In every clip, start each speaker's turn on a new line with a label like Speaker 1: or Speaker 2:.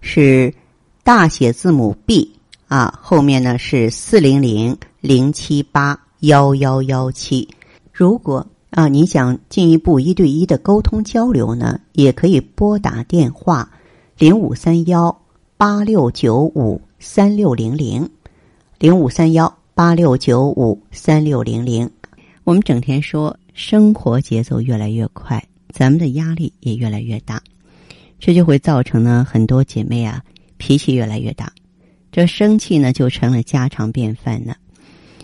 Speaker 1: 是大写字母 B 啊，后面呢是四零零零七八幺幺幺七。如果啊，你想进一步一对一的沟通交流呢，也可以拨打电话零五三幺八六九五三六零零零五三幺八六九五三六零零。我们整天说生活节奏越来越快，咱们的压力也越来越大，这就会造成呢很多姐妹啊脾气越来越大，这生气呢就成了家常便饭呢。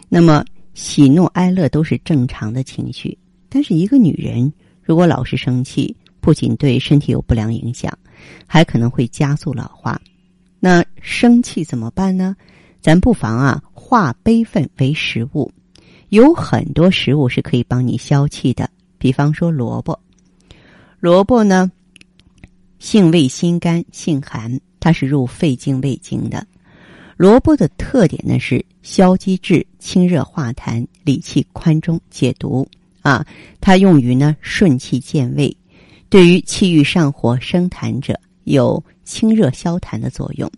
Speaker 1: 那么喜怒哀乐都是正常的情绪，但是一个女人如果老是生气，不仅对身体有不良影响，还可能会加速老化。那生气怎么办呢？咱不妨啊，化悲愤为食物。有很多食物是可以帮你消气的，比方说萝卜。萝卜呢，性味辛甘，性寒，它是入肺经、胃经的。萝卜的特点呢是消积滞、清热化痰、理气宽中、解毒啊。它用于呢顺气健胃，对于气郁上火、生痰者有清热消痰的作用。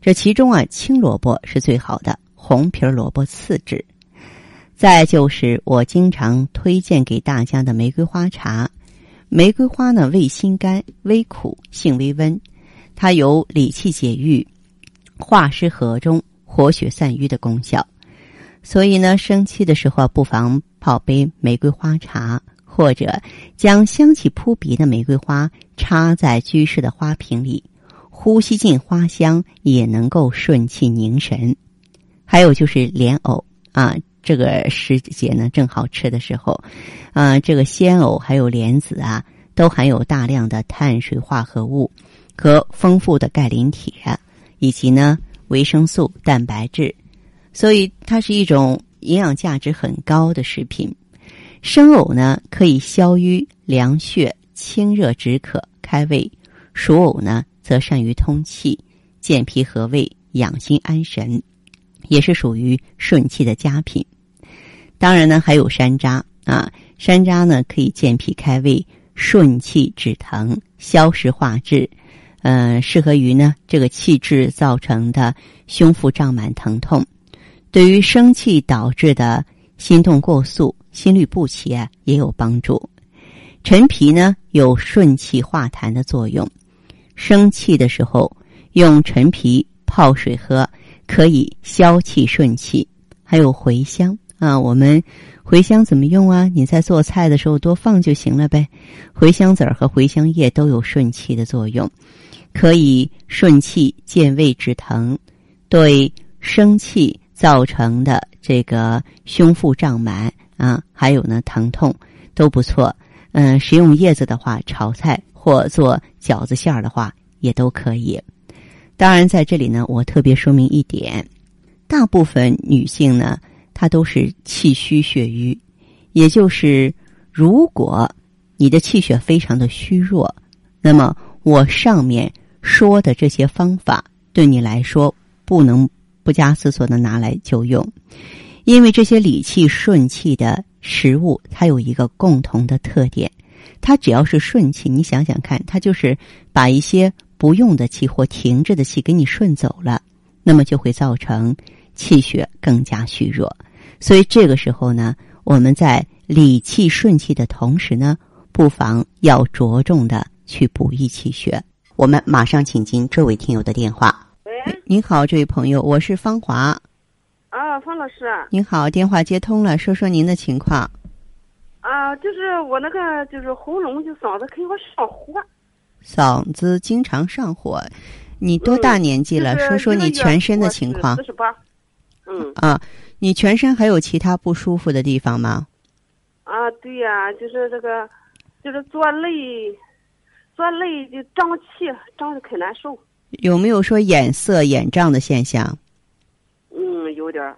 Speaker 1: 这其中啊，青萝卜是最好的，红皮儿萝卜次之。再就是我经常推荐给大家的玫瑰花茶，玫瑰花呢味辛甘、微苦、性微温，它有理气解郁、化湿和中、活血散瘀的功效。所以呢，生气的时候啊不妨泡杯玫瑰花茶，或者将香气扑鼻的玫瑰花插在居室的花瓶里，呼吸进花香，也能够顺气凝神。还有就是莲藕啊，这个时节呢正好吃的时候，啊，这个鲜藕还有莲子啊，都含有大量的碳水化合物和丰富的钙磷铁，啊以及呢维生素、蛋白质，所以它是一种营养价值很高的食品。生藕呢可以消瘀、凉血、清热止渴、开胃；熟藕呢则善于通气、健脾和胃、养心安神。也是属于顺气的佳品。当然呢，还有山楂啊，山楂呢可以健脾开胃、顺气止疼、消食化滞，呃，适合于呢这个气滞造成的胸腹胀满疼痛。对于生气导致的心动过速、心律不齐啊，也有帮助。陈皮呢有顺气化痰的作用，生气的时候用陈皮泡水喝，可以消气顺气。还有茴香啊，我们茴香怎么用啊？你在做菜的时候多放就行了呗。茴香籽儿和茴香叶都有顺气的作用，可以顺气健胃止疼，对生气造成的这个胸腹胀满啊，还有呢疼痛都不错。嗯、食用叶子的话，炒菜或做饺子馅儿的话也都可以。当然，在这里呢，我特别说明一点，大部分女性呢，她都是气虚血瘀，也就是如果你的气血非常的虚弱，那么我上面说的这些方法对你来说不能不加思索的拿来就用，因为这些理气顺气的食物，它有一个共同的特点，它只要是顺气，你想想看，它就是把一些不用的气或停滞的气给你顺走了，那么就会造成气血更加虚弱。所以这个时候呢，我们在理气顺气的同时呢，不妨要着重的去补益气血。我们马上请进这位听友的电话。
Speaker 2: 喂，
Speaker 1: 您好，这位朋友，我是芳华。
Speaker 2: 啊，方老师
Speaker 1: 您好，电话接通了，说说您的情况。
Speaker 2: 啊，就是我那个就是喉咙就嗓子给我上啊火，
Speaker 1: 嗓子经常上火，你多大年纪了？说说你全身的情况
Speaker 2: 四十八，嗯
Speaker 1: 啊。你全身还有其他不舒服的地方吗？
Speaker 2: 啊，对呀、就是这个，就是坐累，坐累就胀气，胀的可难受。
Speaker 1: 有没有说眼涩、眼胀的现象？
Speaker 2: 嗯，有点儿。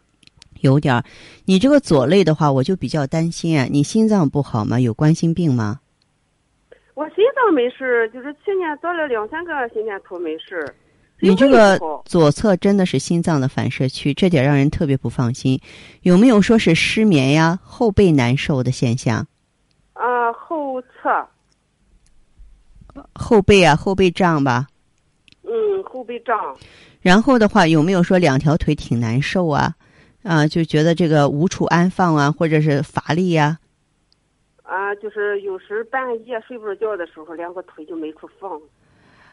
Speaker 1: 有点儿。你这个左肋的话，我就比较担心啊。你心脏不好吗？有冠心病吗？
Speaker 2: 我心脏没事儿，就是去年做了两三个心电图没事儿。
Speaker 1: 你这
Speaker 2: 胃
Speaker 1: 个
Speaker 2: 不好
Speaker 1: 左侧真的是心脏的反射区，这点让人特别不放心。有没有说是失眠呀、后背难受的现象？
Speaker 2: 啊，后侧，
Speaker 1: 后背啊，后背胀吧？
Speaker 2: 嗯，后背胀，
Speaker 1: 然后的话，有没有说两条腿挺难受啊？啊，就觉得这个无处安放啊，或者是乏力呀、
Speaker 2: 啊，就是有时半夜睡不着觉的时候，两个腿就没处放，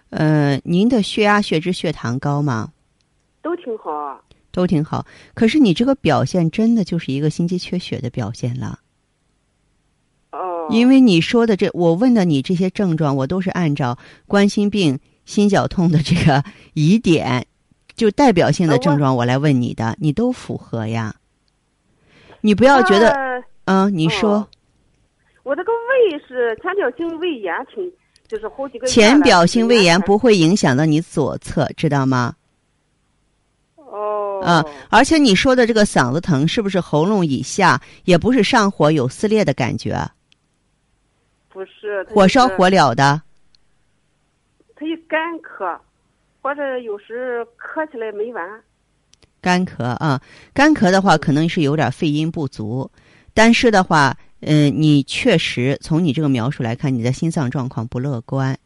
Speaker 1: 呃，您的血压、血脂、血糖高吗？
Speaker 2: 都挺好啊。
Speaker 1: 都挺好。可是你这个表现真的就是一个心肌缺血的表现了，
Speaker 2: 哦，
Speaker 1: 因为你说的这，我问的你这些症状，我都是按照冠心病、心绞痛的这个疑点，就代表性的
Speaker 2: 呃我
Speaker 1: 症状，我来问你的，你都符合呀。你不要觉得，
Speaker 2: 呃
Speaker 1: 嗯，你说。
Speaker 2: 哦我这个胃是浅表性胃炎，挺就是好几个月了
Speaker 1: 浅表性胃炎不会影响到你左侧，知道吗？
Speaker 2: 哦
Speaker 1: 啊，而且你说的这个嗓子疼，是不是喉咙以下也不是上火有撕裂的感觉，
Speaker 2: 不是它
Speaker 1: 火烧
Speaker 2: 就是
Speaker 1: 火燎的？
Speaker 2: 它一干咳，或者有时咳起来没完。
Speaker 1: 干咳啊，干咳的话可能是有点肺阴不足，但是的话，呃，你确实从你这个描述来看，你的心脏状况不乐观，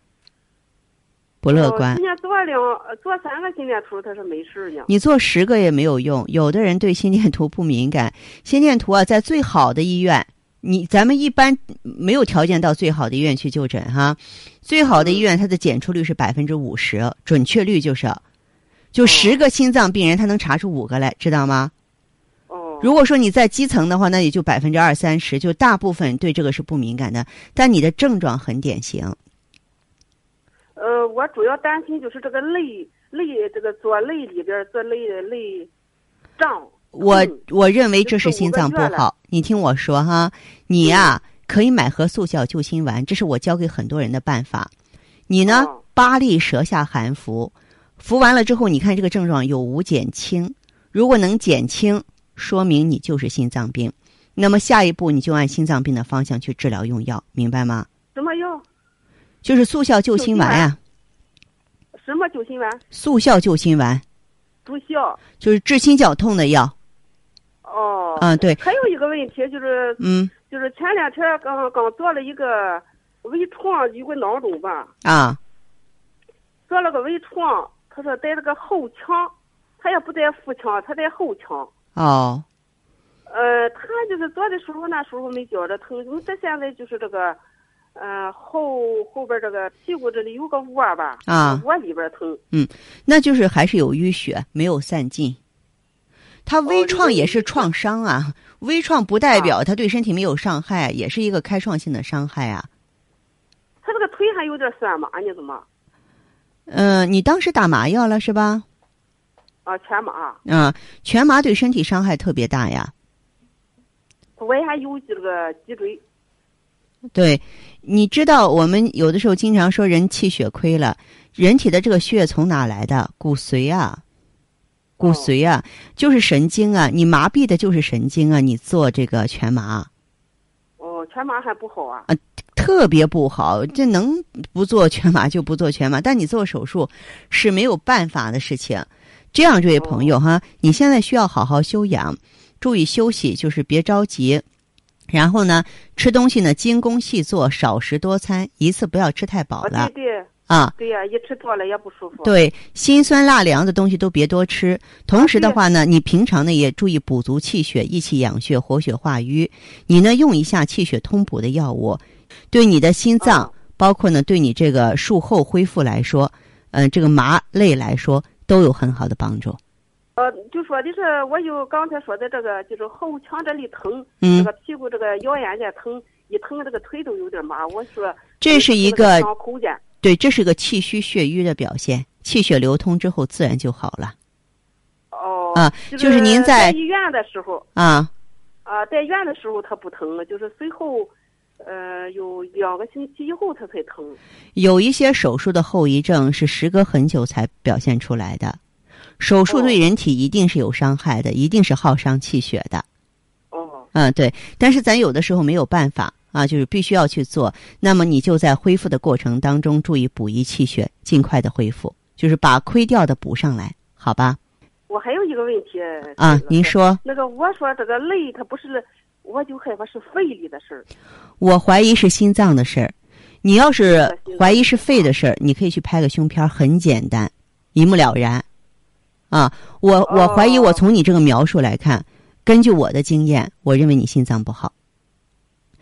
Speaker 1: 不乐
Speaker 2: 我
Speaker 1: 观
Speaker 2: 哦今。天做两呃做三个心电图，他说没事儿呢。
Speaker 1: 你做十个也没有用，有的人对心电图不敏感，心电图啊，在最好的医院，你咱们一般没有条件到最好的医院去就诊哈，最好的医院它的检出率是百分之五十，准确率就是，就
Speaker 2: 哦
Speaker 1: 十个心脏病人他能查出五个来，知道吗？
Speaker 2: 哦，
Speaker 1: 如果说你在基层的话，那也就百分之二三十，就大部分对这个是不敏感的，但你的症状很典型，
Speaker 2: 呃，我主要担心就是这个肋肋这个左肋里边儿这肋肋胀。
Speaker 1: 我
Speaker 2: 嗯
Speaker 1: 我认为
Speaker 2: 就
Speaker 1: 这
Speaker 2: 是
Speaker 1: 是
Speaker 2: 五
Speaker 1: 心
Speaker 2: 个
Speaker 1: 脏
Speaker 2: 月
Speaker 1: 不
Speaker 2: 了嗯
Speaker 1: 好。你听我说哈，你呀、可以买盒速效救心丸，这是我教给很多人的办法。你呢
Speaker 2: 哦，
Speaker 1: 八粒舌下含服，服完了之后，你看这个症状有无减轻，如果能减轻，说明你就是心脏病。那么下一步你就按心脏病的方向去治疗用药，明白吗？
Speaker 2: 什么药？
Speaker 1: 就是速效救
Speaker 2: 救
Speaker 1: 心
Speaker 2: 心
Speaker 1: 丸
Speaker 2: 丸
Speaker 1: 啊，
Speaker 2: 什么酒心丸？
Speaker 1: 速效救心丸
Speaker 2: 足效。
Speaker 1: 就是治心绞痛的药。
Speaker 2: 哦。
Speaker 1: 嗯，对，
Speaker 2: 还有一个问题就是
Speaker 1: 嗯
Speaker 2: 就是前两天刚刚做了一个微创，有个囊肿吧，
Speaker 1: 啊。
Speaker 2: 做了个微创，他说在这个后腔，他也不在腹腔，他在后腔。
Speaker 1: 哦，
Speaker 2: 呃，他就是做的时候那时候没觉着疼，因为这现在就是这个，呃后后边这个屁股这里有个窝吧，
Speaker 1: 啊
Speaker 2: 窝里边疼。
Speaker 1: 那就是还是有淤血没有散尽。它微
Speaker 2: 哦
Speaker 1: 创
Speaker 2: 有
Speaker 1: 也
Speaker 2: 淤
Speaker 1: 是
Speaker 2: 血
Speaker 1: 创伤啊，微创不代表它对身体没有伤害，啊也是一个开创性的伤害啊。
Speaker 2: 他这个腿还有点酸麻呢，怎么？
Speaker 1: 嗯、你当时打麻药了是吧？
Speaker 2: 啊，全麻。
Speaker 1: 嗯、全麻对身体伤害特别大呀。
Speaker 2: 我也还有这个脊椎，
Speaker 1: 对，你知道我们有的时候经常说人气血亏了，人体的这个血从哪来的？骨髓啊，骨
Speaker 2: 哦
Speaker 1: 髓啊，就是神经啊，你麻痹的就是神经啊，你做这个全麻。
Speaker 2: 哦，全麻还不好啊。
Speaker 1: 特别不好，这能不做全麻就不做全麻，但你做手术是没有办法的事情。这样，这位朋友哈，你现在需要好好休养，注意休息，就是别着急。然后呢，吃东西呢精工细做，少食多餐，一次不要吃太饱
Speaker 2: 啊，
Speaker 1: 了
Speaker 2: 对对
Speaker 1: 啊。
Speaker 2: 对呀、一吃多了也不舒服。
Speaker 1: 对，辛酸辣凉的东西都别多吃。同时的话呢，你平常呢也注意补足气血，益气养血，活血化瘀。你呢用一下气血通补的药物，对你的心脏
Speaker 2: 嗯
Speaker 1: 包括呢对你这个术后恢复来说，嗯、这个麻类来说都有很好的帮助。
Speaker 2: 呃，就说的是我有刚才说的这个，就是后腔这里疼，这
Speaker 1: 嗯
Speaker 2: 个，屁股这个腰眼这疼，一疼这个腿都有点麻。我说
Speaker 1: 这是一
Speaker 2: 这
Speaker 1: 个
Speaker 2: 伤口见。
Speaker 1: 对，这是个气虚血瘀的表现，气血流通之后自然就好了
Speaker 2: 哦，
Speaker 1: 啊就是您在
Speaker 2: 在医院的时候
Speaker 1: 啊。
Speaker 2: 啊，在医院的时候他不疼，就是随后呃，有两个星期以后他才疼。
Speaker 1: 有一些手术的后遗症是时隔很久才表现出来的，手术对人体一定是有伤害的，一定是耗伤气血的。
Speaker 2: 哦，
Speaker 1: 嗯，对。但是咱有的时候没有办法啊，就是必须要去做。那么你就在恢复的过程当中注意补益气血，尽快的恢复，就是把亏掉的补上来，好吧？
Speaker 2: 我还有一个问题
Speaker 1: 啊
Speaker 2: 这，个
Speaker 1: 您说，
Speaker 2: 那个我说这个累，它不是，我就害怕是肺里的事儿。
Speaker 1: 我怀疑是心脏的事儿。你要是
Speaker 2: 是心脏
Speaker 1: 怀疑是肺的事儿，你可以去拍个胸片儿，很简单，一目了然。啊，我我怀疑，
Speaker 2: 哦
Speaker 1: 我从你这个描述来看，根据我的经验，我认为你心脏不好。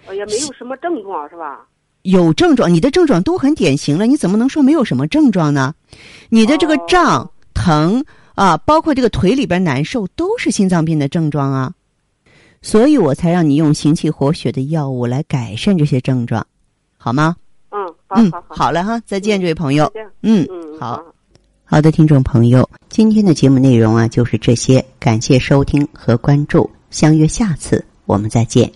Speaker 2: 呃也没有什么症状是吧？
Speaker 1: 有症状，你的症状都很典型了，你怎么能说没有什么症状呢？你的这个
Speaker 2: 哦
Speaker 1: 胀、疼啊，包括这个腿里边难受，都是心脏病的症状啊。所以我才让你用行气活血的药物来改善这些症状，好吗？
Speaker 2: 嗯，好
Speaker 1: 嗯
Speaker 2: 好，好，
Speaker 1: 好了哈，再见，
Speaker 2: 嗯
Speaker 1: 这位朋友
Speaker 2: 就。这样，
Speaker 1: 嗯，
Speaker 2: 嗯，
Speaker 1: 好。好的，听众朋友，今天的节目内容啊就是这些，感谢收听和关注，相约下次我们再见。